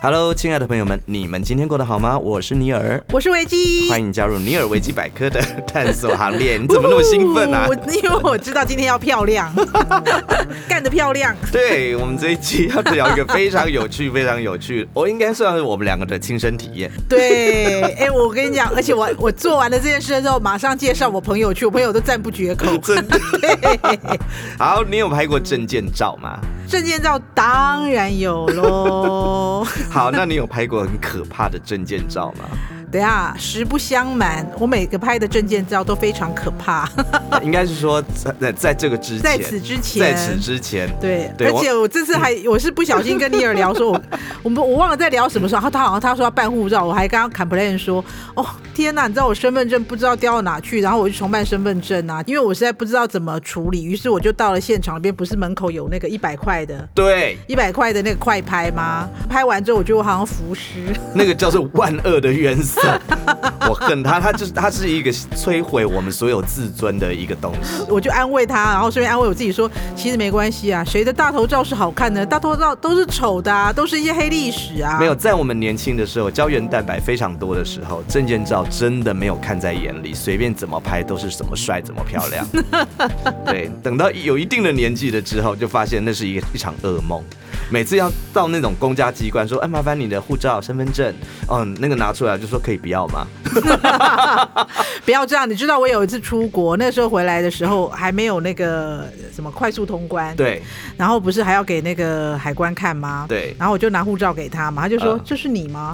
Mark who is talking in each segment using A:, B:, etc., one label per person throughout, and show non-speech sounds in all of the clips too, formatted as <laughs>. A: Hello，亲爱的朋友们，你们今天过得好吗？我是尼尔，
B: 我是维基。
A: 欢迎加入尼尔维基百科的探索行列。你怎么那么兴奋啊
B: 我？因为我知道今天要
A: <laughs>
B: 漂亮，干得漂亮。
A: 对我们这一期要聊一个非常有趣、非常有趣，我应该算是我们两个的亲身体验。
B: 对，哎、我跟你讲，而且我我做完了这件事之后，马上介绍我朋友去，我朋友都赞不绝
A: <laughs>
B: 口。
A: 真的，
B: 对，
A: 好，你有拍过证件照吗？
B: 证件照当然有
A: <laughs>
B: 喽。
A: 好，那你有拍过很可怕的证件照吗？
B: 等一下，实不相瞒，我每个拍的证件照都非常可怕。
A: 应该是说在在在这个之前，
B: 在此之前，
A: 在此之前，
B: 对，
A: 对
B: 而
A: 我嗯
B: 且我这次还我是不小心跟尼尔聊说，我 <laughs> 我们我忘了在聊什么时候，然后他好像他说要办护照，我还刚刚 complain 说，哦天呐，你知道我身份证不知道掉到哪去，然后我就重办身份证啊，因为我实在不知道怎么处理，于是我就到了现场那边，不是门口有那个一百块的。
A: 对，
B: 一百块的那个快拍吗？拍完之后，我觉得我好像浮尸。
A: 那个叫做万恶的冤神， <laughs> 我恨他，他就是他是一个摧毁我们所有自尊的一个东西。
B: 我就安慰他，然后顺便安慰我自己说，其实没关系啊，谁的大头照是好看的？大头照都是丑的、啊，都是一些黑历史啊。
A: 没有，在我们年轻的时候，胶原蛋白非常多的时候，证件照真的没有看在眼里，随便怎么拍都是怎么帅怎么漂亮。对，等到有一定的年纪了之后，就发现那是一个一场噩梦。每次要到那种公家机关说，哎，麻烦你的护照、身份证，嗯，那个拿出来就说可以不要吗？
B: 不要这样，你知道我有一次出国，那时候回来的时候还没有那个什么快速通关，，
A: 对，
B: 然后不是还要给那个海关看吗？
A: 对
B: 然后我就拿护照给他嘛，他就说、
A: 嗯
B: 这是你
A: <laughs>
B: 吗？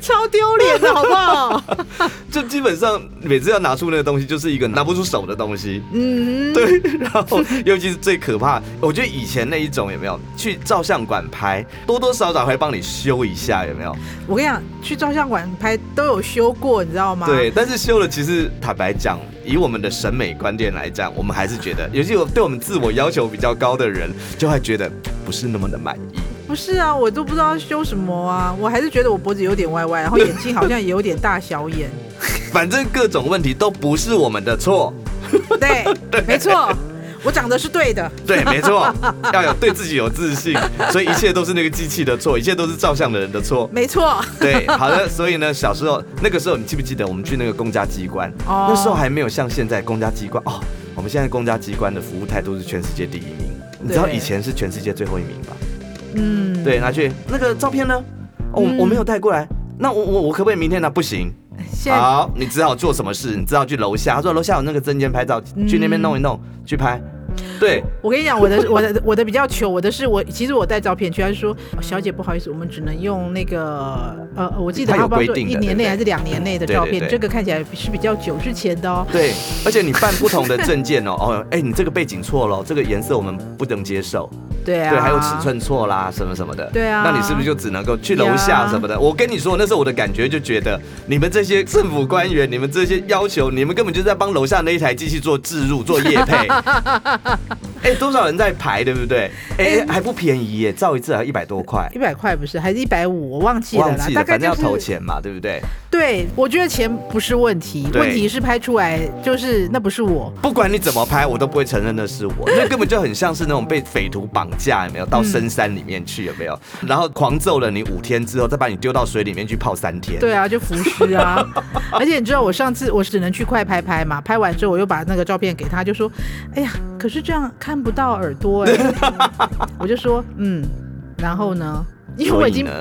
B: 超丢脸的好不好？ <laughs>
A: 就基本上每次要拿出那个东西，就是一个拿不出手的东西。
B: 嗯，
A: 对， <laughs> 然后尤其是最可怕，我觉得以前那一种有没有去照相馆拍，多多少少会帮你修一下，有没有？
B: 我跟你讲，去照相馆拍都有修过，你知道吗？
A: 对，但是修了，其实坦白讲，以我们的审美观点来讲，我们还是觉得，尤其有对我们自我要求比较高的人，就会觉得不是那么的满意。
B: 不是啊，我都不知道修什么啊，我还是觉得我脖子有点歪歪，然后眼睛好像也有点大小眼。
A: 反正各种问题都不是我们的错， <laughs>
B: 对，没错，我长得是对的。
A: 对，没错，要有对自己有自信，所以一切都是那个机器的错，一切都是照相的人的错。
B: 没错，
A: <laughs> 对，好的。所以呢，小时候那个时候，你记不记得我们去那个公家机关？
B: 哦
A: 那时候还没有像现在公家机关哦。我们现在公家机关的服务态度是全世界第一名，你知道
B: 对
A: 以前是全世界最后一名吧？
B: 嗯，
A: 对，拿去那个照片呢？哦，我我没有带过来。那我我我可不可以明天拿？不行。
B: 现在
A: 好，你只好做什么事？你只好去楼下。他说楼下有那个证件拍照，
B: 嗯
A: 去那边弄一弄，去拍。对，
B: 我跟你讲，我的我的我的比较糗，我的是我其实我带照片去，他就说小姐不好意思，我们只能用那个呃，我记得
A: 它有
B: 他帮说
A: 规定的
B: 一
A: 对不
B: 年内
A: 对
B: 还是两年内的照
A: 对
B: 片
A: 对，对
B: 这个看起来是比较久之前的哦。
A: 对，而且你办不同的证件哦，哦，哎、你这个背景错了，这个颜色我们不能接受，
B: 对啊，
A: 对，还有尺，寸错啦，什么什么的，
B: 对啊
A: 那你是不是就只能够去楼下什么
B: <laughs>
A: 的？我跟你说，那时候我的感觉就觉得，你们这些政府官员，你们这些要求，你们根本就在帮楼下那一台机器做置入、做业配。
B: <laughs>
A: 哎、多少人在排，对不对？哎、还不便宜耶，照一次还一百多块
B: 一，百块不是，还是一百五，我忘记了
A: 忘
B: 啦，
A: 记
B: 大
A: 了，
B: 概
A: 反正
B: 就
A: 要投
B: 是。
A: 钱嘛，对不对？
B: 对，我觉得钱不是问题，
A: 对
B: 问题是拍出来就是那不是我。
A: 不管你怎么拍，我都不会承认那
B: <laughs>
A: 是我，那根本就很像是那种被匪徒绑架，有没有？到深山里面去，有没有？然后狂揍了你五天之后，再把你丢到水里面去泡三天。
B: 对啊，就浮尸啊！ <laughs> 而且你知道，我上次我只能去快拍拍嘛，拍完之后我又把那个照片给他，就说：“哎呀，可是这样看不到耳朵哎、 <laughs> 我就说：“嗯，然后呢？”因为我
A: 所
B: 已
A: 以
B: 经
A: 呢，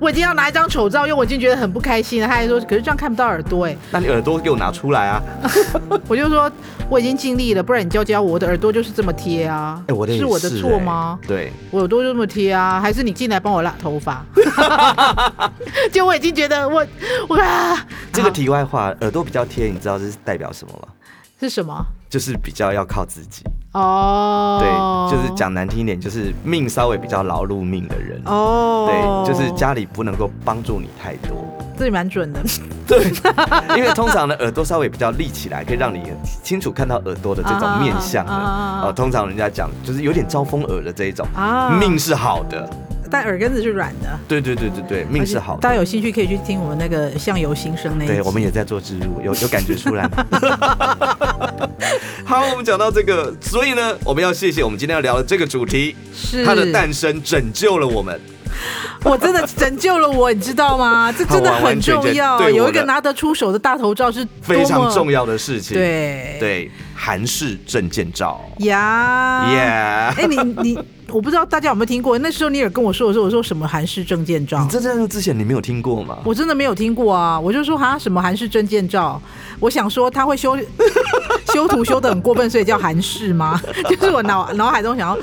B: 我已经要拿一张丑照，因为我已经觉得很不开心了。他还说：“可是这样看不到耳朵哎、
A: 那你耳朵给我拿出来啊！
B: 我就说：“我已经尽力了，不然你教教我，我的耳朵就是这么贴啊。
A: 哎，我的也
B: 是我的
A: 是
B: 错
A: 哎
B: 吗？
A: 对，
B: 我耳朵就这么贴啊，还是你进来帮我拉头发？ <laughs> 就我已经觉得我我啊，
A: 这个
B: 好
A: 题外话，耳朵比较贴，你知道这是代表什么吗？
B: 是什么？
A: 就是比较要靠自己。对
B: 哦，，
A: 就是讲难听一点，就是命稍微比较劳碌命的人。
B: 哦，
A: 对，就是，家里不能够帮助你太多。
B: 这也蛮准
A: <laughs>
B: 的，
A: 对，因为通常呢，耳朵稍微比较立起来，可以让你清楚看到耳朵的这种面相呢。
B: 啊啊啊啊啊
A: 哦，通常人家讲就是有点招风耳的这一种，
B: 啊
A: 命是好的，
B: 但耳根子是软的。
A: 对对对对对，命是好
B: 大家
A: 的。
B: 有兴趣可以去听我们那个相由心生那一集。
A: 对，我们也在做植入，有有感觉
B: <laughs>
A: 出来 <laughs> 吗？好，我们讲到这个，所以呢，我们要谢谢我们今天要聊的这个主题，
B: 是
A: 它的诞生拯救了我们。
B: <laughs> 我真的拯救了我，你知
A: <laughs>
B: 道吗？这真的
A: 完
B: 很
A: 完全
B: 重
A: 全
B: 要。
A: 对我的
B: 有一个拿得出手的大头照是多
A: 非常
B: 么
A: 重要的事情。
B: 对
A: 对，韩式证件照。
B: 呀
A: Yeah，
B: 哎、你你，我不知道大家有没有听过？那时候尼尔跟我说的时候，我说什么韩式证件照
A: 你？这在那之前你没有听过吗？
B: 我真的没有听过啊！我就说哈什么韩式证件照，我想说他会修 <laughs> 修图修的很过分，所以叫韩式吗？就是我脑脑海中想要，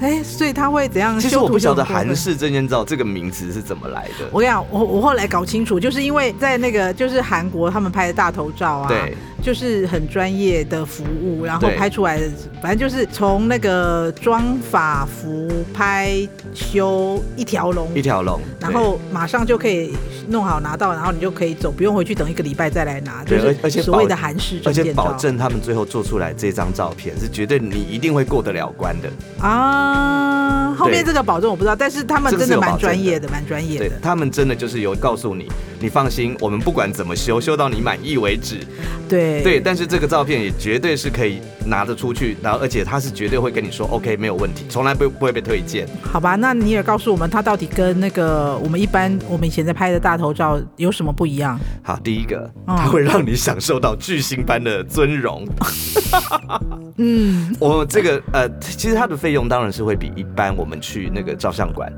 B: 哎、所以他会怎样？
A: 其实我不晓得
B: 修图修很过
A: 韩
B: 分
A: 式证件照这个名词是怎么来的。
B: 我跟你讲，我我后来搞清楚，就是因为在那个就是韩国他们拍的大头照啊，
A: 对，
B: 就是很专业的服务，然后
A: 对
B: 拍出来的，反正就是从那个妆法服拍修一条龙
A: 一。条龙，
B: 然后马上就可以弄好拿到，然后你就可以走，不用回去等一个礼拜再来拿，就
A: 对
B: 是
A: 而而且
B: 所谓
A: 保
B: 的韩式
A: 对而
B: 证
A: 且
B: 件照
A: 保证他们最后做出来这张照片是绝对你一定会过得了关的。
B: 啊。后面
A: 对
B: 这个保证我不知道，但是他们
A: 这个
B: 真
A: 是有
B: 的
A: 保证
B: 蛮专业
A: 的
B: 的，蛮专业
A: 对
B: 的。
A: 他们真的就是有告诉你，你放心，我们不管怎么修，修到你满意为止。
B: 对
A: 对，但是这个照片也绝对是可以拿得出去，然后而且他是绝对会跟你说 OK 没有问题，从来不不会被推荐。
B: 好吧，那你也告诉我们，它到底跟那个我们一般我们以前在拍的大头照有什么不一样？
A: 好，第一个，
B: 嗯
A: 它会让你享受到巨星般的尊荣。
B: <laughs> 嗯，
A: <laughs> 我这个呃，其实它的费用当然是会比一般我们去那个照相馆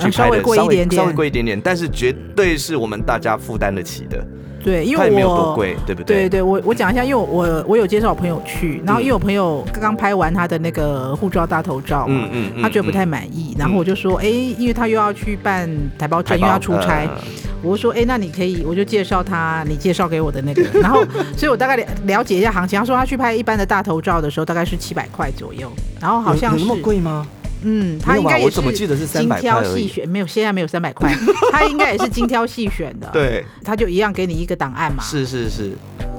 A: 去
B: 嗯稍
A: 拍
B: 微
A: 的
B: 贵一点点
A: 稍微贵一点点，但是绝对是我们大家负担得起的。
B: 对，因
A: 它
B: 为
A: 也
B: 我
A: 没有多贵，对不
B: 对
A: 对
B: 对，我我讲一下，因为我我有介绍我朋友去，然后因为我朋友刚刚拍完他的那个护照大头照嘛，
A: 嗯嗯
B: 他觉得不太
A: 嗯
B: 满意，然后我就说，哎、因为他又要去办台胞证，
A: 太
B: 因为
A: 棒
B: 要出差，
A: 呃
B: 我就说，哎、那你可以，我就介绍他，你介绍给我
A: <laughs>
B: 的那个，然后，所以我大概了了解一下行情，他说他去拍一般的大头照的时候大概是七百块左右，然后好
A: 有
B: 像
A: 有
B: 是
A: 那么贵吗？
B: 嗯，他
A: 没有
B: 应
A: 吧
B: 该也
A: 我怎么记得是300
B: 精挑
A: 块而
B: 细
A: 已
B: 选，没有，现在没有三
A: <laughs>
B: 百块，他应该也是精挑细选的。，
A: 对，
B: 他就一样给你一个档案嘛。
A: 是是是，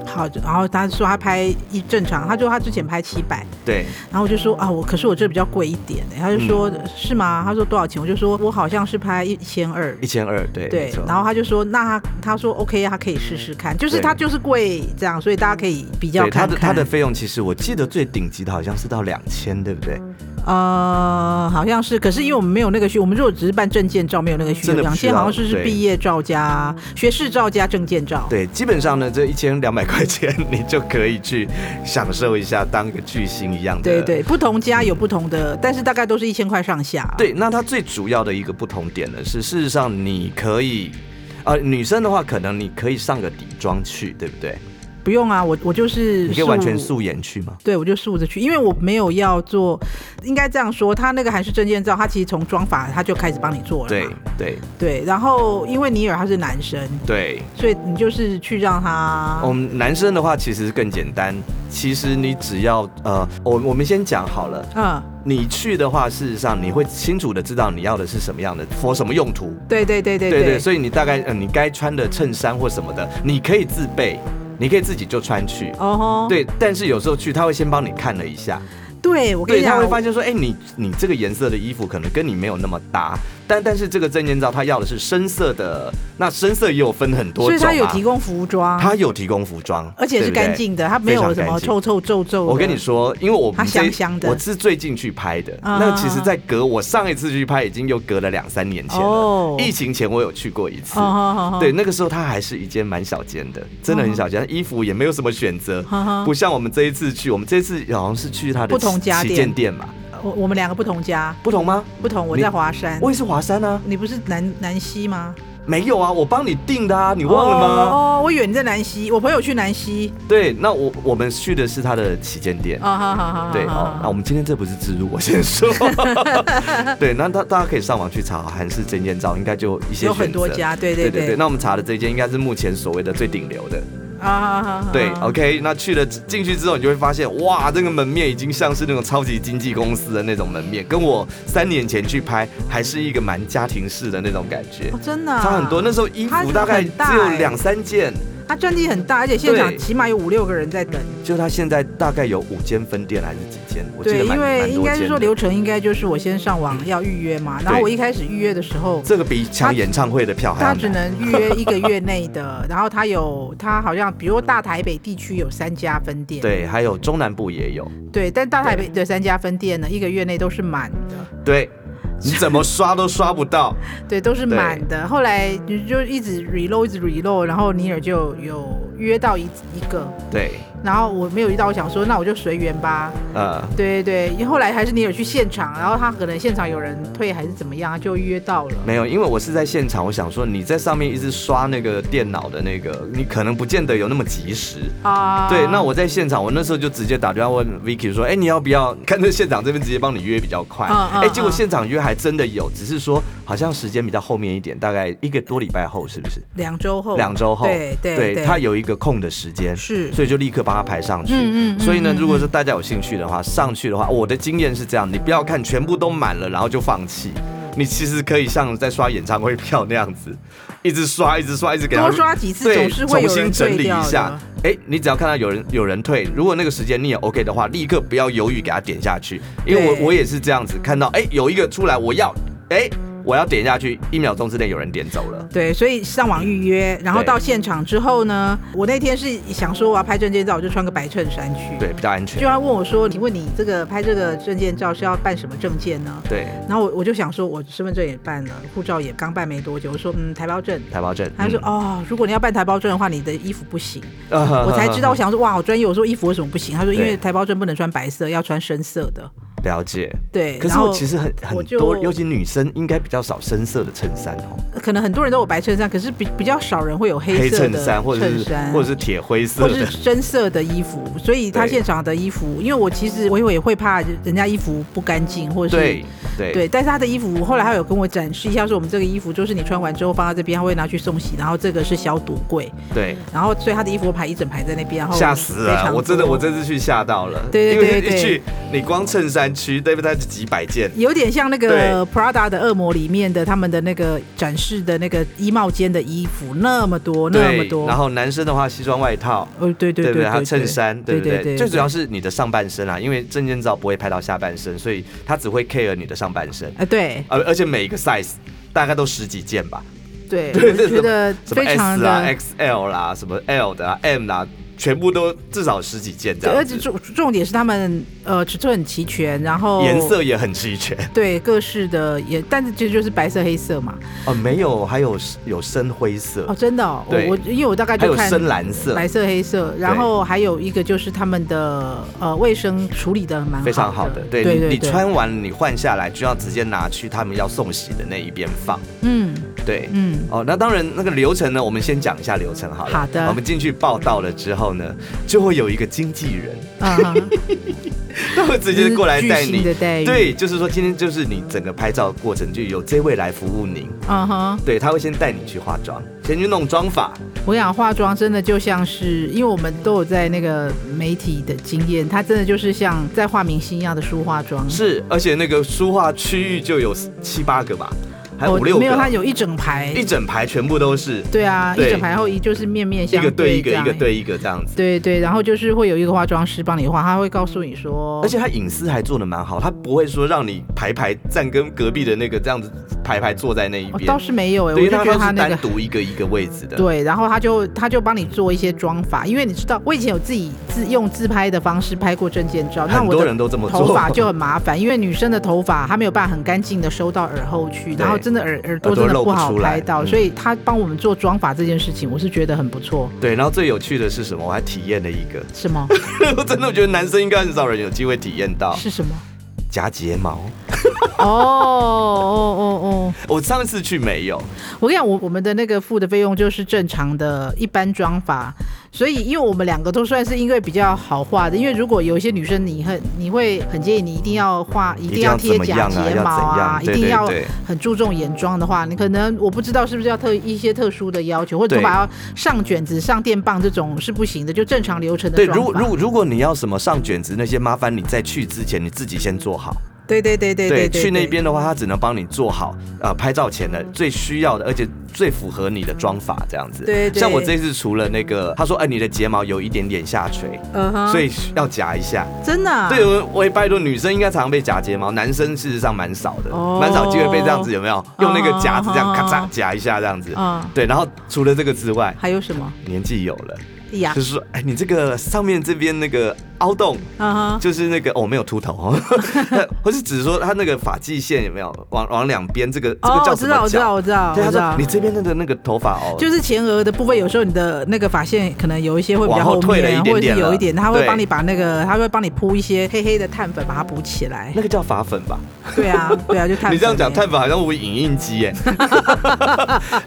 B: 好，然后他说他拍一正常，他就他之前拍七百，
A: 对，
B: 然后我就说啊，我可是我这比较贵一点、欸，他就说、
A: 嗯
B: 是吗？他说多少钱？我就说我好像是拍一千二。
A: 一千二，对，没
B: 对
A: 错，
B: 然后他就说，那他他说 OK，他可以试试看，就是
A: 对
B: 他就是贵这样，所以大家可以比较
A: 对它
B: 看
A: 的
B: 看。
A: 它的费用其实我记得最顶级的好像是到两千，对不对？
B: 呃，好像是，可是因为我们没有那个需求，我们如果只是办证件照，没有那个需求，
A: 嗯真的不
B: 两
A: 需要
B: 千好像是是
A: 对嗯
B: 毕业照加学士照加证件照。
A: 对，基本上呢，这一千两百块钱你就可以去享受一下当个巨星一样的。
B: 对对，不同家有不同的，但是大概都是一千块上下。
A: 对那它最主要的一个不同点呢是，事实上你可以，呃，女生的话可能你可以上个底妆去，对不对？
B: 不用啊，我我就是
A: 你可以完全
B: 素。
A: 素颜去吗？
B: 对，我就竖着去，因为我没有要做，应该这样说，他那个韩式证件照，他其实从妆法他就开始帮你做了
A: 对
B: 嘛
A: 对
B: 对，然后因为尼尔他是男生，
A: 对，
B: 所以你就是去让他
A: 我们男生的话其实更简单，其实你只要呃，我我们先讲好了，
B: 嗯，
A: 你去的话，事实上你会清楚的知道你要的是什么样的，for 什么用途。
B: 对对对对
A: 对对，所以你大概呃，你该穿的衬衫或什么的，你可以自备，你可以自己就穿去。
B: 哦吼，
A: 对，但是有时候去他会先帮你看了一下，
B: 对，我跟
A: 对，
B: 你
A: 他
B: 讲，
A: 会发现说，哎、你你这个颜色的衣服可能跟你没有那么搭，但但是这个证件照他要的是深色的，那深色也有分很多
B: 所
A: 种、
B: 以
A: 啊，
B: 他有提供服装，
A: 他有提供服装，
B: 啊而且是
A: 对不对
B: 干净的，他没有
A: 非常
B: 什
A: 干
B: 么
A: 净
B: 臭臭皱皱的。
A: 我跟你说，因为我
B: 它
A: 们这
B: 香香的
A: 我是最近去拍的。
B: 啊
A: 那其实，在隔我上一次去拍，已经又隔了两三年前了。
B: 哦
A: 疫情前我有去过一次。
B: 哦，好好好，
A: 对，那个时候它还是一间蛮小间的，真的很小间，衣服也没有什么选择
B: 哈哈，
A: 不像我们这一次去，我们这次好像是去它的
B: 不同家
A: 旗
B: 店
A: 舰店嘛，
B: 我我们两个不同家，
A: 不同吗？
B: 不同，我
A: 你
B: 在华山，
A: 我也是华山啊，
B: 你不是南南溪吗？
A: 没有啊，我帮你订的啊，你忘了
B: 哦
A: 吗？
B: 哦，我以为你在南溪，我朋友去南溪。
A: 对，那我我们去的是它的旗舰店，
B: 啊好好好，
A: 对
B: 好好
A: 哦，
B: 好
A: 那我们今天这不是植入，我先
B: <laughs>
A: 说。 <laughs> 对，那大大家可以上网去查韩式证件照，应该就一些
B: 有很
A: 选择
B: 多家，对
A: 对
B: 对
A: 对。那我们查的这间应该是目前所谓的最顶流的。
B: 啊，好好好
A: 对
B: 好
A: ，OK，那去了进去之后，你就会发现，哇，这个门面已经像是那种超级经纪公司的那种门面，跟我三年前去拍还是一个蛮家庭式的那种感觉
B: 哦，真的啊
A: 差很多。那时候衣
B: 它
A: 服大概
B: 很大
A: 只有
B: 欸
A: 两三件，
B: 他专辑很大，而且现场
A: 对
B: 起码有五六个人在等。
A: 就他现在大概有五间分店还是几间？我记
B: 对，
A: 得蛮
B: 因
A: 蛮
B: 为应
A: 多
B: 该是
A: 间
B: 说
A: 的。
B: 流程应该就是我先上网要预约嘛，然后
A: 对
B: 我一开始预约的时候，
A: 这个比抢演唱会的票还要
B: 他只
A: 难。
B: 能预约一个月内的， <laughs> 然后他有他好像比如大台北地区有三家分店，
A: 对，还有中南部也有。
B: 对，但大台北的三家分店呢，一个月内都是满的，
A: 对，你怎么刷都刷不到。
B: 对，都是
A: 对
B: 满的。后来你就一直 reload 一直 reload，然后尼尔就有约到一一个，
A: 对，
B: 然后我没有遇到，我想说那我就随缘吧，
A: 呃，
B: 对对对，后来还是尼尔去现场，然后他可能现场有人退还是怎么样，他就约到了。
A: 没有，因为我是在现场，我想说你在上面一直刷那个电脑的那个，你可能不见得有那么及时。
B: 啊，
A: 对，那我在现场，我那时候就直接打电话问 Vicky 说：“哎、你要不要看这现场这边直接帮你约比较快？”哎、
B: 嗯嗯
A: 结果
B: 嗯
A: 现场约还真的有，只是说好像时间比较后面一点，大概一个多礼拜后，是不是？
B: 两周后，
A: 两周后，
B: 哦对对对，
A: 他有一个空的时间，
B: 是
A: 所以就立刻把它排上去。
B: 嗯嗯嗯
A: 所以呢
B: 嗯，
A: 如果是大家有兴趣的话，上去的话，我的经验是这样，你不要看全部都满了，然后就放弃。你其实可以像在刷演唱会票那样子，一直刷，一直刷，一直给它
B: 多刷几次
A: 对，
B: 总是会有
A: 重新
B: 人
A: 整
B: 退
A: 理
B: 掉
A: 一下
B: 的。。
A: 哎，你只要看到有人有人退，如果那个时间你也 OK 的话，立刻不要犹豫，给他点下去。因为
B: 对
A: 我我也是这样子，看到哎有一个出来，我要哎我要点下去，一秒钟之内有人点走了。
B: 对，所以上网预约，然后
A: 对
B: 到现场之后呢，我那天是想说我要拍证件照，我就穿个白衬衫去。，
A: 对，比较安全
B: 就。他问我说：“请问你这个拍这个证件照是要办什么证件呢
A: 对，？”
B: 然后我我就想说，我身份证也办了，护照也刚办没多久，我说嗯，台胞证。
A: 台胞证。
B: 他就说、
A: 嗯
B: 哦，如果你要办台胞证的话，你的衣服不行。
A: 呃
B: <laughs> 哦我才
A: <laughs>
B: 知道，我想说哇，好专业。我说衣服为什么不行？他说因为
A: 对
B: 台胞证不能穿白色，要穿深色的。
A: 了解。
B: 对，
A: 可
B: 然
A: 是
B: 后
A: 我其实很
B: 我
A: 很
B: 就
A: 多，尤其女生应该比较少深色的衬衫哦，
B: 可能很多人都有白衬衫，可是比比较少人会有黑
A: 黑
B: 色的
A: 衬衫或者
B: 衬
A: 是
B: 衫
A: 或者是铁灰
B: 或
A: 色
B: 者
A: 的
B: 是，深色的衣服，所以他
A: 对
B: 现场的衣服，因为我其实我也会怕人家衣服不干净，或者是
A: 对对
B: 对，但是他的衣服后来他有跟我展示一下，说我们这个衣服就是你穿完之后放在这边，他会拿去送洗，然后这个是消毒柜，
A: 对，
B: 然后所以他的衣服排一整排在那边，然后
A: 吓死
B: 非
A: 了！
B: 常
A: 我真的
B: 多
A: 我这次去吓到了，
B: 对对对
A: 因为
B: 对
A: 一去你光衬衫区，对不对？它是几百件，
B: 有点像那个
A: 对
B: Prada 的恶魔里面的他们的那个展示的那个衣帽间的衣服，那么多那么
A: 对
B: 多，
A: 然后男生的话，西装外套。
B: 哦对对
A: 对不
B: 对，
A: 对？还有衬衫，对
B: 对
A: 不对？
B: 对，
A: 最主要是你的上半身啊，因为证件照不会拍到下半身，所以他只会 care 你的上半身，
B: 呃对
A: 而而且每一个 size 大概都十几件吧，<laughs>
B: 对，
A: 对
B: 我
A: 这是
B: 觉得
A: 什么
B: 非
A: S 啊
B: 常
A: 啦、
B: 的。
A: XL 啦、什么 L 的、啊、M 啦，全部都至少十几件这
B: 对而
A: 样
B: 且
A: 子，
B: 重重点是他们呃尺寸很齐全，然后
A: 颜色也很齐全。
B: 对各式的也，但是这就是白色黑色嘛。
A: 哦，没有，还有有深灰色
B: 哦，，真的、哦，我
A: 对
B: 我因为我大概
A: 还
B: 就
A: 有
B: 看
A: 深蓝色，
B: 白色黑色，然后还有一个就是他们的呃卫生处理的蛮
A: 非常好的
B: 的，，
A: 对
B: 对
A: 你，
B: 对
A: 你穿完你换下来就要直接拿去他们要送洗的那一边放，
B: 嗯
A: 对。
B: 嗯
A: 哦，那当然，那个流程呢，我们先讲一下流程好了。
B: 好的
A: 我们进去报道了之后呢，就会有一个经纪人，
B: 啊，
A: 他会直接过来带
B: 这是巨星
A: 你
B: 的。待遇，，
A: 对，就是说今天就是你整个拍照过程就有这位来服务您，
B: 嗯哼，
A: 对他会先带你去化妆，先去弄妆法，
B: 我想化妆真的就像是，因为我们都有在那个媒体的经验，它真的就是像在画明星一样的梳化妆，
A: 是，而且那个书画区域就有七八个吧，还有
B: 哦
A: 五六
B: 没有，它
A: 个，啊
B: 有一整排，
A: 一整排全部都是，
B: 对啊，
A: 对
B: 一整排后一就是面面
A: 一
B: 相
A: 个对一个，
B: 这
A: 一
B: 样
A: 个对一个这样子。
B: 对对，然后就是会有一个化妆师帮你化，他会告诉你说，
A: 而且他隐私还做的蛮好，他不会说让你排排站跟隔壁的那个这样子排排坐在那一
B: 哦、
A: 边，
B: 倒是没有哎、
A: 对，因
B: 我
A: 为他
B: 就
A: 都
B: 觉得
A: 是
B: 他那
A: 单
B: 个。
A: 独一个一个位置的。
B: 对，然后他就他就帮你做一些妆法，因为你知道，我以前有自己自用自拍的方式拍过证件照，那
A: 很
B: 我
A: 多
B: 的
A: 人都这么做。
B: 头发就很麻烦，因为女生的头发她没有办法很干净的收到耳后去，然后真的耳耳朵真
A: 耳朵
B: 的
A: 露不
B: 不好
A: 出来
B: 拍到，
A: 嗯
B: 所以他帮我们做妆法这件事情，我是觉得很不错。
A: 对，然后最有趣的是什么？我还体验了一个，
B: 什么？
A: <laughs> 我真的觉得男生应该很少人有机会体验到
B: 是什么？
A: 夹睫毛。
B: 哦哦哦
A: 我上次去没有，
B: 哦！我跟你讲，我我们的那个付的费用就是正常的一般妆法，所以因为我们两个都算是因为比较好画的，因为如果有一些女生你很你会很介意你一定要画，一定要
A: 一定要
B: 贴
A: 怎么
B: 假
A: 样啊
B: 睫毛啊，
A: 要怎样
B: 一定要
A: 对对对
B: 很注重眼妆的话，你可能我不知道是不是要特一些特殊的要求，或者头
A: 对
B: 发要上卷子、上电棒这种是不行的，就正常流程的
A: 对，
B: 妆
A: 如
B: 法
A: 如如果你要什么上卷子那些，麻烦你在去之前你自己先做好。
B: 对对对对对，
A: 去那边的话，他只能帮你做好呃拍照前的最需要的，而且最符合你的妆法这样子。
B: 对对
A: 像我这次除了那个，他说哎、你的睫毛有一点点下垂，
B: 嗯哼，
A: 所以要夹一下。
B: 真的、啊，
A: 对，我我也拜托，女生应该常常被夹睫毛，男生事实上蛮少的，
B: 哦
A: 蛮、少机会被这样子有没有？用那个夹子这样
B: 哦
A: 咔嚓夹一下这样子。
B: 嗯
A: 对，然后除了这个之外，
B: 还有什么
A: 年纪有了，
B: 呀
A: 就？是说哎、你这个上面这边那个凹洞
B: 嗯哼，
A: 就是那个哦，没有秃头
B: <laughs>
A: 哦，或是只是说他那个发际线有没有往往两边这个这个
B: 哦，
A: 叫
B: 我
A: 什
B: 知
A: 么
B: 道，我知道，
A: 角？
B: 我知道，
A: 对，
B: 我
A: 他
B: 知
A: 说
B: 道
A: 你，这边那个那个头发哦，
B: 就是前额的部分，有时候你的那个发线可能有一些会比较
A: 往后退了
B: 面，啊
A: 一点
B: 或者
A: 点
B: 是
A: 了
B: 有一点，他会
A: 对
B: 帮你把那个，他会帮你铺一些黑黑的碳粉，把它补
A: <laughs>
B: 起来。
A: 那个叫发粉吧？
B: 对啊，对啊，就碳粉。
A: 你这样讲，碳粉好像我影印机
B: <laughs>
A: 耶。 <laughs>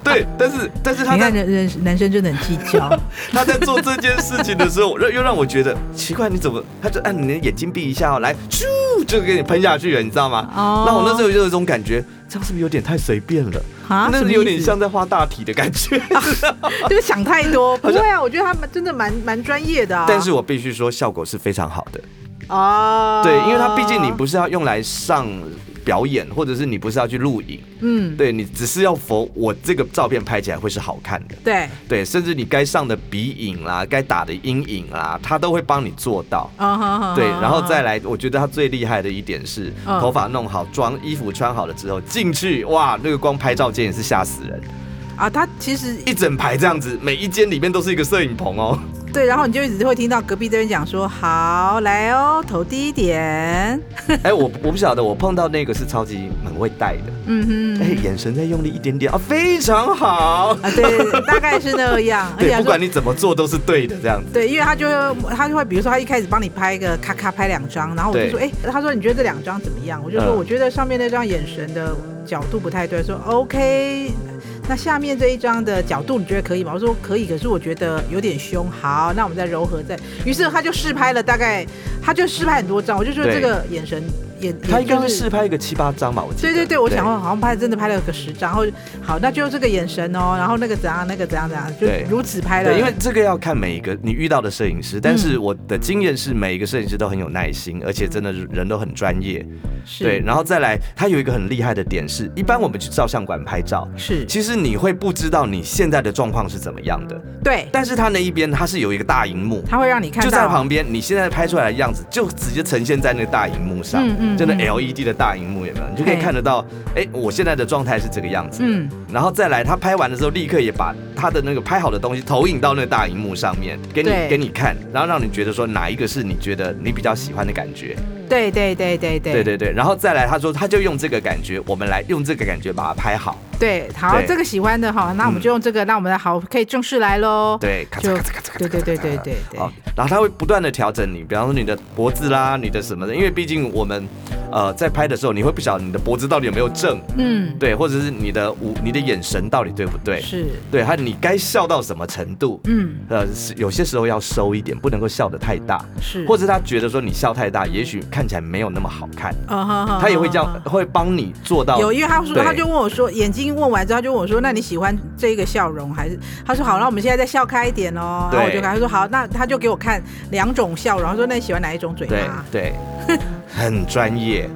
A: 对，但是但是他
B: 你看
A: 在
B: 人人男生真的很计
A: <laughs>
B: 较，
A: 他在做这件事情的时候， <laughs> 让又让我觉得奇怪，你怎么？他就按你的眼睛闭一下哦，来，咻就给你喷下去了，你知道吗？
B: 哦
A: 那我那时候就有一种感觉，这样是不是有点太随便了？
B: 啊
A: 那
B: 什么
A: 有
B: 意
A: 点
B: 思
A: 像在画大题的感
B: <laughs>
A: 觉。 <laughs>
B: 就是想太多。不会啊，我觉得他们真的蛮蛮专业的啊。
A: 但是我必须说，效果是非常好的。
B: 哦，
A: 对，因为它毕竟你不是要用来上表演，或者是你不是要去录影，
B: 嗯
A: 对你只是要否我这个照片拍起来会是好看的。
B: 对
A: 对，甚至你该上的鼻影啦，该打的阴影啦，它都会帮你做到。
B: 啊哈哈
A: 对，然后再来，我觉得它最厉害的一点是，
B: 嗯
A: 头发弄好，妆衣服穿好了之后进去，哇，那个光拍照间也是吓死人，
B: 啊，他其实
A: 一整排这样子，每一间里面都是一个摄影棚
B: <laughs>
A: 哦。
B: 对，然后你就一直会听到隔壁这边讲说：“好，来哦，头低一点。
A: 哎，我我不晓得，我碰到那个是超级很会带的，”
B: 嗯
A: 哎，眼神再用力一点点啊，非常
B: <laughs>
A: 好。
B: 哼，啊，对，大概是那样。而且
A: <laughs> 对，
B: 他
A: 不
B: 说
A: 管你怎么做都是对的，这样子。
B: 对，因为他就会他就会，比如说他一开始帮你拍一个咔咔拍两张，然后我就
A: 对
B: 说：“哎，他说你觉得这两张怎么样？”我就说：“
A: 嗯
B: 我觉得上面那张眼神的角度不太对。”说：“OK。”那下面这一张的角度你觉得可以吗？我说可以，可是我觉得有点凶。好，那我们再柔和再。于是他就试拍了，大概他就试拍很多张。我就说
A: 对
B: 这个眼神眼，
A: 他应该会
B: 就是
A: 试拍一个七八张吧，我记得。
B: 对对对，我想问，好像拍真的拍了个十张，然后好，那就这个眼神哦，然后那个怎样，那个怎样怎样，就
A: 对
B: 如此拍嗯了。
A: 对，因为这个要看每一个你遇到的摄影师，但是我的经验是每一个摄影师都很有耐心，而且真的人都很专业。
B: 是
A: 对，然后再来，他有一个很厉害的点是，一般我们去照相馆拍照，
B: 是，
A: 其实你会不知道你现在的状况是怎么样的，
B: 对，
A: 但是他那一边他是有一个大荧幕，
B: 他会让你看
A: 就
B: 到
A: 在旁边，你现在拍出来的样子就直接呈现在那个大荧幕上，
B: 嗯嗯
A: 就那
B: 嗯
A: LED 的大荧幕有没有？你就可以
B: 嘿
A: 看得到，哎、我现在的状态是这个样子。
B: 嗯，
A: 然后再来，他拍完的时候立刻也把他的那个拍好的东西投影到那个大荧幕上面，给你
B: 对
A: 给你看，然后让你觉得说哪一个是你觉得你比较喜欢的感觉。
B: 对对对对对
A: 对对对，然后再来，他说他就用这个感觉，我们来用这个感觉把它拍好。
B: 对好，
A: 对嗯
B: 这个喜欢的哈，那我们就用这个，那我们的好可以正式来喽。
A: 对，咔嚓
B: 就
A: 咔嚓咔嚓咔嚓。
B: 对对对对对对
A: 好，然后他会不断的调整你，比方说你的脖子啦，你的什么的，因为毕竟我们，呃，在拍的时候，你会不晓得你的脖子到底有没有正，
B: 嗯，
A: 对，或者是你的五，你的眼神到底对不对，
B: 是，
A: 对，还有你该笑到什么程度，
B: 嗯
A: 呃，是有些时候要收一点，不能够笑得太大，
B: 是，
A: 或
B: 者
A: 者他觉得说你笑太大，也许看起来没有那么好看，
B: 嗯
A: 他也会这样，会帮你做到。
B: 哦有，因为他说，
A: 对嗯
B: 他就问我说，眼睛问完之后，他就问我说，那你喜欢这个笑容还是？他说好，那我们现在再笑开一点哦。
A: 对
B: 然后我就跟他说好，那他就给我看两种笑容，他说那你喜欢哪一种嘴
A: 对
B: 巴？
A: 对，很专业。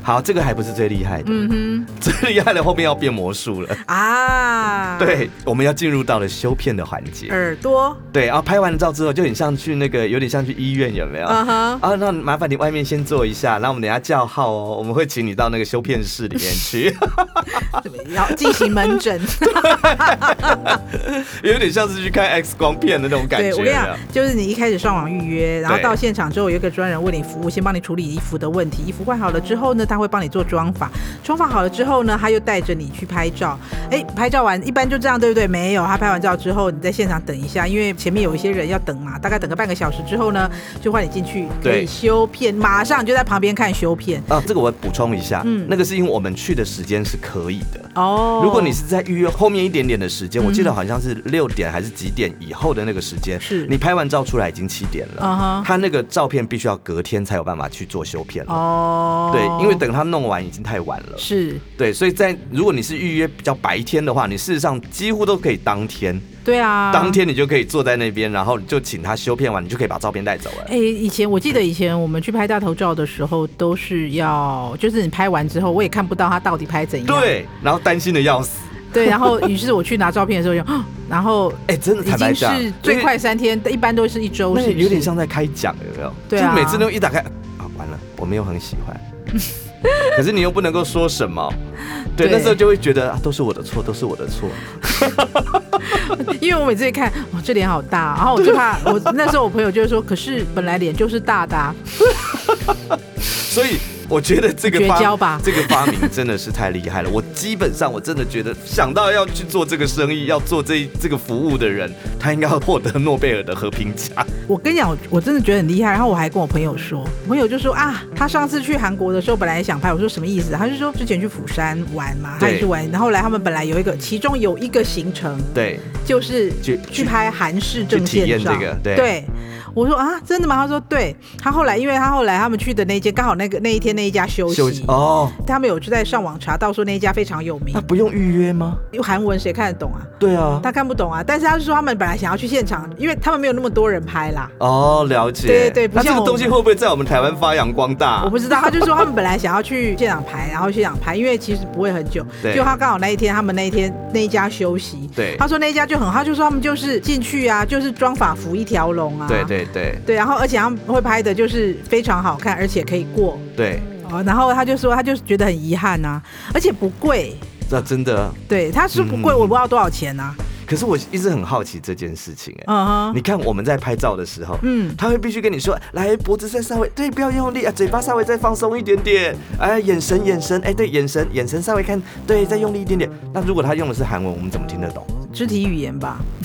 A: 好，这个还不是最厉害的，
B: 嗯
A: <laughs> 最厉害的后面要变魔术了。
B: 哼，啊，，
A: 对，我们要进入到了修片的环节。
B: 耳朵，
A: 对，然后拍完照之后，就很像去那个，有点像去医院，有没有？<laughs>
B: 嗯哼，
A: 啊，那麻烦你外面先坐一下，然后我们等一下叫号哦，我们会请你到那个修片室里面去， <laughs>
B: 然后进行门诊。
A: 有点像是去看 X 光片的那种感觉。
B: 对我跟你
A: 有没有
B: 讲，就是你一开始上网预约，然后
A: 对
B: 到现场之后有一个专人为你服务，先帮你处理衣服的问题。衣服换好了之后呢，他会帮你做妆法，妆法好了之后呢，他又带着你去拍照。哎，拍照完一般就这样，对不对？没有，他拍完照之后，你在现场等一下，因为前面有一些人要等嘛，大概等个半个小时之后呢，就换你进去可以
A: 对
B: 修片，马上就在旁边看修片。
A: 啊，这个我补充一下，
B: 嗯
A: 那个是因为我们去的时间是可以的。
B: 哦，
A: 如果你是在预约后面一点点的时间，我记
B: 嗯
A: 得好像是六点还是几点以后的那个时间，
B: 是
A: 你拍完照出来已经七点
B: 啊
A: 了，
B: 哈
A: 他那个照片必须要隔天才有办法去做修片了。
B: 哦，
A: 对，因为等等他弄完已经太晚了。
B: 是，
A: 对，所以在如果你是预约比较白天的话，你事实上几乎都可以当天，
B: 对啊，
A: 当。天你就可以坐在那边，然后你就请他修片完，你就可以把照片带走了。
B: 哎、以前我记得以前我们去拍大头照的时候，都是要就是你拍完之后，我也看不到他到底拍怎样。
A: 对，然后担心的要死。
B: 对，然后于是我去拿照片的时候
A: <laughs>
B: 就，然后
A: 哎、真的
B: 已
A: 坦白
B: 经
A: 讲，
B: 是最快三天，一般都是一周，
A: 那
B: 是不是
A: 有点像在开奖，有没有？
B: 对啊
A: 就每次都一打开，啊，完了，我没有很喜
B: <laughs>
A: 欢。可是你又不能够说什么，对，
B: 对
A: 那时候就会觉得、啊、都是我的错，都是我的错。
B: 因为我每次一看，哇，这脸好大，啊然后我
A: <laughs>
B: 就怕我那时候我朋友就会说，可是本来脸就是大的、啊，
A: 所以我觉得这个发
B: 绝交吧
A: 这个发明真的是太厉害了。我基本上我真的觉得想到要去做这个生意，要做这这个服务的人，他应该要获得诺贝尔的和平奖。
B: 我跟你讲，我我真的觉得很厉害。然后我还跟我朋友说，我朋友就说啊，他上次去韩国的时候本来也想拍，我说什么意思？他就说之前去釜山玩嘛，他
A: 对
B: 也去玩，然后来他们本来有一个，其中有一个行程
A: 对，
B: 就是
A: 去
B: 去拍韩式证件
A: 去体验
B: 照
A: 这个对
B: 我说啊，真的吗？他说对。他后来，因为他后来他们去的那一间，刚好那个那一天那一家休息，
A: 哦，啊
B: 他们有就在上网查到说那一家非常有名
A: 那，不用预约吗？
B: 因为韩文谁看得懂啊？
A: 对啊，
B: 他看不懂啊。但是他是说他们本来想要去现场，因为他们没有那么多人拍啦。
A: 哦，了解。
B: 对对不
A: 那这
B: 像
A: 个
B: 我
A: 东西会不会在我们台湾发扬光大？
B: 我不知道，他就说他们本来想要去现场排，然后现场排，因为其实不会很久。
A: 对
B: 就他刚好那一天，他们那一天那一家休息。
A: 对
B: 他说那一家就很好，他就说他们就是进去啊，就是装法服一条龙啊。
A: 对对对
B: 对，然后而且他们会拍的就是非常好看，而且可以过。
A: 对，
B: 哦，然后他就说他就是觉得很遗憾啊，而且不贵。
A: 那真的。
B: 对，他说不贵，
A: 嗯
B: 我不知道多少钱啊。
A: 可是我一直很好奇这件事情、哎、
B: 嗯哼，
A: 你看我们在拍照的时候，
B: 嗯，
A: 他会必须跟你说，来脖子再稍微，对，不要用力啊，嘴巴稍微再放松一点点，哎，眼神眼神，哎，对，眼神眼神稍微看，对，再用力一点点。那如果他用的是韩文，我们怎么听得懂？
B: 肢体语言吧。 <laughs>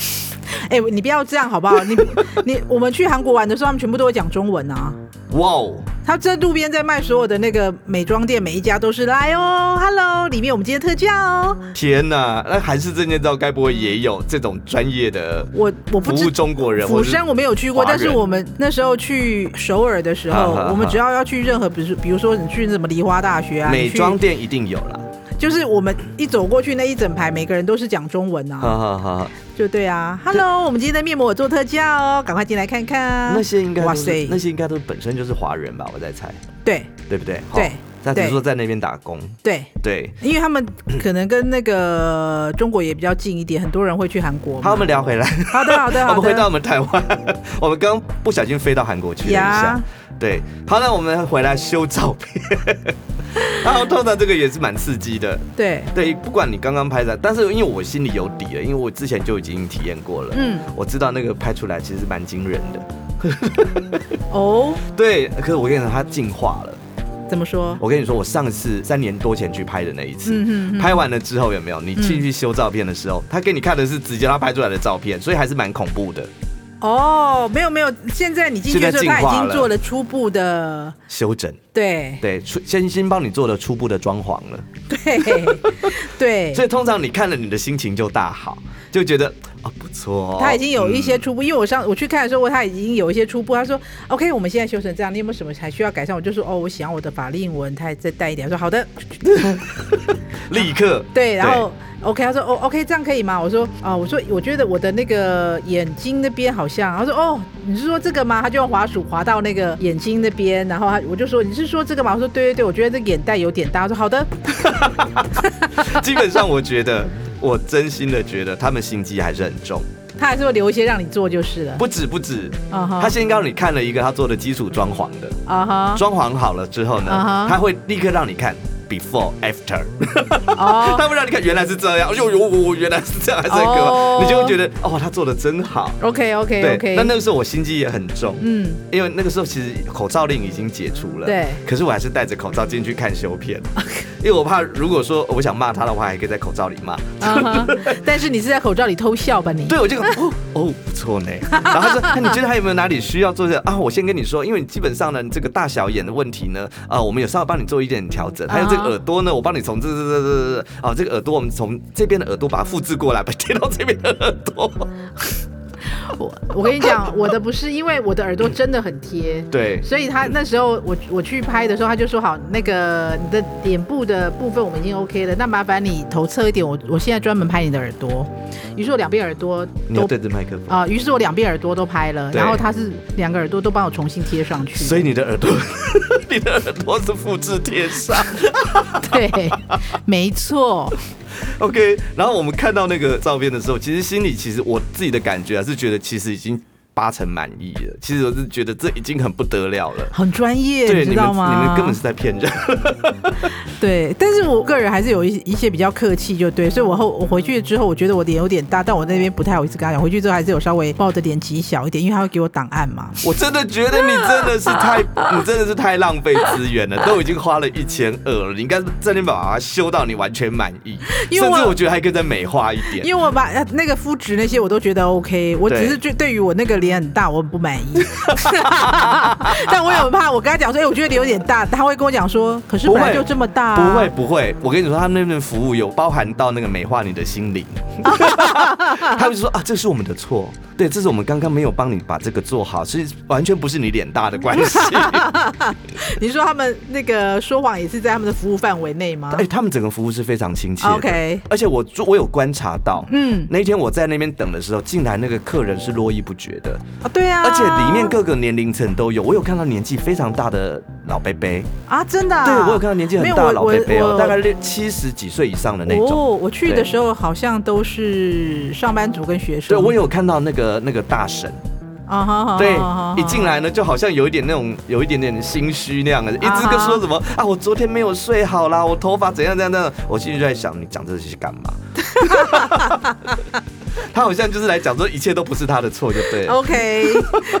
B: 哎、你不要这样好不好？你你我们去韩国玩的时候，他们全部都会讲中文啊。
A: 哇哦，
B: 他在路边在卖所有的那个美妆店，每一家都是来哦，Hello，里面我们今天特价哦。
A: 天哪！那韩式证件照该不会也有这种专业的
B: 我我不
A: 服
B: 知
A: 务中国人？
B: 釜
A: 或是
B: 山我没有去过，
A: 华
B: 但
A: 人
B: 是我们那时候去首尔的时
A: 哈
B: 候
A: 哈哈，
B: 我们只要要去任何，比如说比如说你去什么梨花大学啊，
A: 美
B: 你去
A: 妆，店一定有啦。
B: 就是我们一走过去那一整排，每个人都是讲中文啊，
A: 哈哈哈！
B: 就对啊，Hello，我们今天的面膜有做特价哦，赶快进来看看。
A: 那些应该都
B: 啊哇
A: 是
B: 塞
A: 那，些应该都本身就是华人吧？我在猜，
B: 对
A: 对不对？
B: 对
A: 齁他只是
B: 对
A: 说在那边打工，
B: 对，
A: 对。
B: 因为他们可能跟那个中国也比较近一点，很多人会去韩国嘛。
A: 好，我们聊回来。
B: 好的好的
A: <laughs> 我
B: 好
A: 们回到
B: 的，
A: 我们台湾， <laughs> 我们刚不小心飞到韩国去了一下
B: 呀。
A: 对，好，那我们回来修照片。 <laughs> 然后通常这个也是蛮刺激的，
B: 对，
A: 对，不管你刚刚拍的，但是因为我心里有底了，因为我之前就已经体验过了，
B: 嗯，
A: 我知道那个拍出来其实蛮惊人的，
B: 哦，
A: 对。可是我跟你说，它进化了。
B: 怎么说？
A: 我跟你说，我上次三年多前去拍的那一次，
B: 嗯哼嗯嗯
A: 拍完了之后有没有？你进去修照片的时候，他给你看的是直接他拍出来的照片，所以还是蛮恐怖的
B: 哦，没有没有，现在你进去的时候，
A: 现在
B: 他
A: 进化
B: 已经
A: 了
B: 做了初步的，
A: 修整。 <laughs>
B: 对
A: 对，初先先帮你做了初步的装潢了，
B: 对对
A: 所，以通常你看了你的心情就大好，就觉得啊、不错、哦，
B: <laughs> 他已经有一些
A: 嗯
B: 初步，因为我上我去看的时候，他已经有一些初步。他说：“OK，我们现在修成这样，你有没有什么还需要改善？”我就说：“哦，我想我的法令纹，他还再带一点。”他说：“好的。
A: 立刻”
B: <laughs> 对，然后 OK，他说：“哦，OK，这样可以吗？”我说：“啊、我说我觉得我的那个眼睛那边好像。”他说：“哦，你是说这个吗？”他就用滑鼠滑到那个眼睛那边，然后他我就说：“你是说这个吗？”我说：“对对对，我觉得这个眼袋有点大。”他说：“好的。”啊
A: 基本上我觉得，我真心的觉得他们心机还是很重，
B: 他还是会留一些让你做就是了。
A: 不止不止，
B: 啊哈
A: 他先让你看了一个他做的基础装潢的，
B: 啊哈，
A: 装潢好了之后呢
B: 啊哈
A: 他会立刻让你看 before after，
B: 哦，
A: <laughs> 他会让你看原来是这样，哎哟哟，我原来是这样，还是很可
B: 哦
A: 怕，你就会觉得哦，他做的真好。
B: OK OK
A: 对，
B: OK，
A: 那那个时候我心机也很重，
B: 嗯，
A: 因为那个时候其实口罩令已经解除了，
B: 对
A: 可是我还是戴着口罩进去看修片，因为我怕如果说我想骂他的话，还可以在口罩里骂。
B: 啊
A: <laughs>
B: 哈，但是你是在口罩里偷笑吧你？
A: 对，我就哦哦不错呢。然后他说，那你觉得还有没有哪里需要做的啊？我先跟你说，因为你基本上呢，你这个大小眼的问题呢，啊，我们有稍微帮你做一点调整。还有这个耳朵呢，我帮你从这这这这这 <laughs> 啊，这个耳朵我们从这边的耳朵把它复制过来，把它贴到这边的耳朵。
B: 我我跟你讲，我的不是因为我的耳朵真的很贴，
A: 对，
B: 所以他那时候我我去拍的时候，他就说好，那个你的脸部的部分我们已经 OK 了，那麻烦你头侧一点，我我现在专门拍你的耳朵。于是我两边耳朵
A: 你
B: 都
A: 要对着麦克风，
B: 啊、于是我两边耳朵都拍了，
A: 对
B: 然后他是两个耳朵都帮我重新贴上去。
A: 所以你的耳朵， <laughs> 你的耳朵是复制贴上。
B: 对，没错，
A: OK，然后我们看到那个照片的时候，其实心里其实我自己的感觉啊，是觉得其实已经八成满意了。其实我是觉得这已经很不得了了。
B: 很专业，
A: 对，
B: 知
A: 你们
B: 道吗？
A: 你们根本是在骗人。 <laughs>
B: 对，但是我个人还是有一一些比较客气，就对，所以我后我回去之后，我觉得我脸有点大，但我那边不太好意思跟他讲，回去之后还是有稍微把我的脸挤小一点，因为他会给我档案
A: <laughs>
B: 嘛。
A: 我真的觉得你真的是
B: <laughs>
A: 太，你真的是太浪费资源了，都已经花了一千二了，你应该在那边把它修到你完全满意，
B: 因
A: 甚
B: 为我
A: 至我觉得还可以再美化一点。
B: 因为我把呃那个肤质那些我都觉得 OK，我
A: 对
B: 只是就对于我那个脸很大我很不满意，
A: <laughs>
B: <laughs> 但我也很怕，我跟他讲说，哎、我觉得脸有点大，他会跟我讲说，可是
A: 不
B: 本来
A: 会
B: 就这么大、啊，
A: 不会不会，我跟你说，他们那边服务有包含到那个美化你的心灵， <laughs> 他们就说啊，这是我们的错，对，这是我们刚刚没有帮你把这个做好，是完全不是你脸大的关
B: <laughs>
A: 系。
B: 你说他们那个说谎也是在他们的服务范围内吗
A: 哎、他们整个服务是非常亲切的
B: OK
A: 而且我做我有观察到，
B: 嗯
A: 那一天我在那边等的时候，竟然那个客人是络绎不绝的，
B: 啊，对啊，
A: 而且里面各个年龄层都有，我有看到年纪非常大的老伯伯，
B: 啊，真的啊、
A: 对我有看到年纪很大的老伯伯
B: 没有我
A: 哦，
B: 我
A: 大概六七十几岁以上的那种。
B: 哦，我去的时候好像都是上班族跟学
A: 对，
B: 生。
A: 我有看到那个那个大婶，
B: 啊哈哈，
A: 对
B: 好好好，
A: 一进来呢，就好像有一点那种，有一点点心虚那样的，一直跟说什么啊，我昨天没有睡好啦，我头发怎样怎样怎样，我心里就在想，你讲这些干嘛？ <laughs> 他好像就是来讲说一切都不是他的错，就对了。
B: 哦 OK，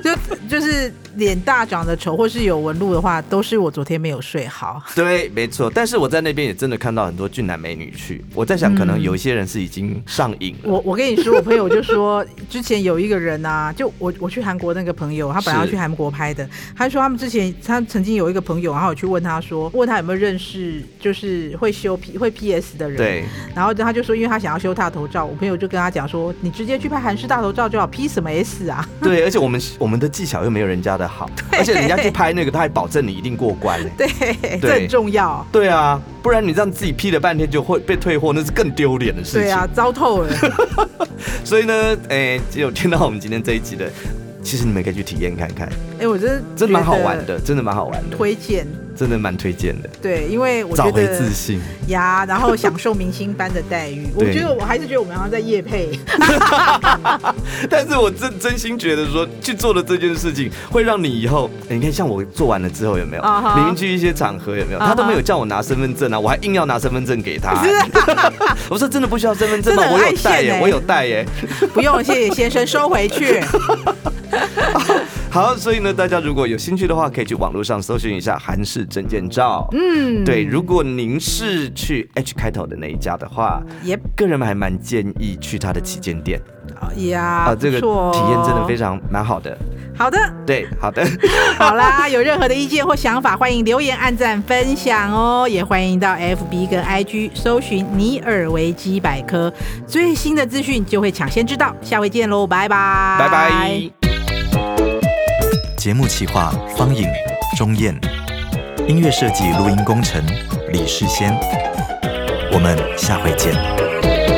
B: 就 <laughs> 就是脸大长得丑或是有纹路的话，都是我昨天没有睡好。 <laughs>
A: 对，没错。但是我在那边也真的看到很多俊男美女去，我在想，可能有一些人是已经上瘾了。
B: 我我跟你说，我朋友就说，之前有一个人啊，就我我去韩国那个朋友，他本来要
A: 是
B: 去韩国拍的，他说他们之前他曾经有一个朋友，然后我去问他说，问他有没有认识就是会修 P 会 PS 的人，
A: 对，
B: 然后他就说，因为他想要修大头照，我朋友就跟他讲说，你直接去拍韩式大头照就好，P 什么 S 啊？ <laughs>
A: 对，而且我们我们的技巧又没有人家的好，而且人家去拍那个，他还保证你一定过关嘞。
B: 对，这很重要。
A: 对啊，不然你让自己 P 了半天就会被退货，那是更丢脸的事情。
B: 对啊，糟透了。
A: 所以呢，哎、只有听到我们今天这一集的，其实你们可以去体验看看，
B: 哎、我真的
A: 真的蛮好玩
B: 觉得，
A: 的，真的蛮好玩的，
B: 推荐。
A: 真的蛮推荐的，
B: 对，因为我
A: 找
B: 觉
A: 回
B: 得
A: 自
B: <laughs>
A: 信。
B: 呀，然后享受明星般的待遇。
A: <laughs>
B: 我
A: 对
B: 觉得我还是觉得我们好像在夜配。
A: 但是我真真心觉得说，去做的这件事情会让你以后，哎你看像我做完了之后有没有
B: 啊哈啊
A: 你们去一些场合有没有他都没有叫我拿身份证啊，我还硬要拿身份证给他、 <laughs> 我说真的不需要身份证吗？
B: 啊真的
A: 我
B: 很
A: 有带耶、
B: 爱现欸
A: 我有带耶、
B: 不用，谢谢先生，收回去。
A: 好，所以呢，大家如果有兴趣的话，可以去网络上搜寻一下韩式证件照。嗯， <laughs> 对，如果您是去 H 开头的那一家的话，
B: 也
A: 个人还蛮建议去它的旗舰店
B: 呀，
A: 啊、这个
B: 不错哦
A: 体验真的非常蛮好的。
B: 好的。
A: 对，好的，
B: 好啦，有任何的意见或想法，欢迎留言、按赞、分享哦，也欢迎到 FB 跟 IG 搜寻“尼尔维基百科”，最新的资讯就会抢先知道。下回见喽，拜拜，
A: 拜拜。
C: 节目企划方颖、钟燕，音乐设计、录音工程李世先。我们下回见。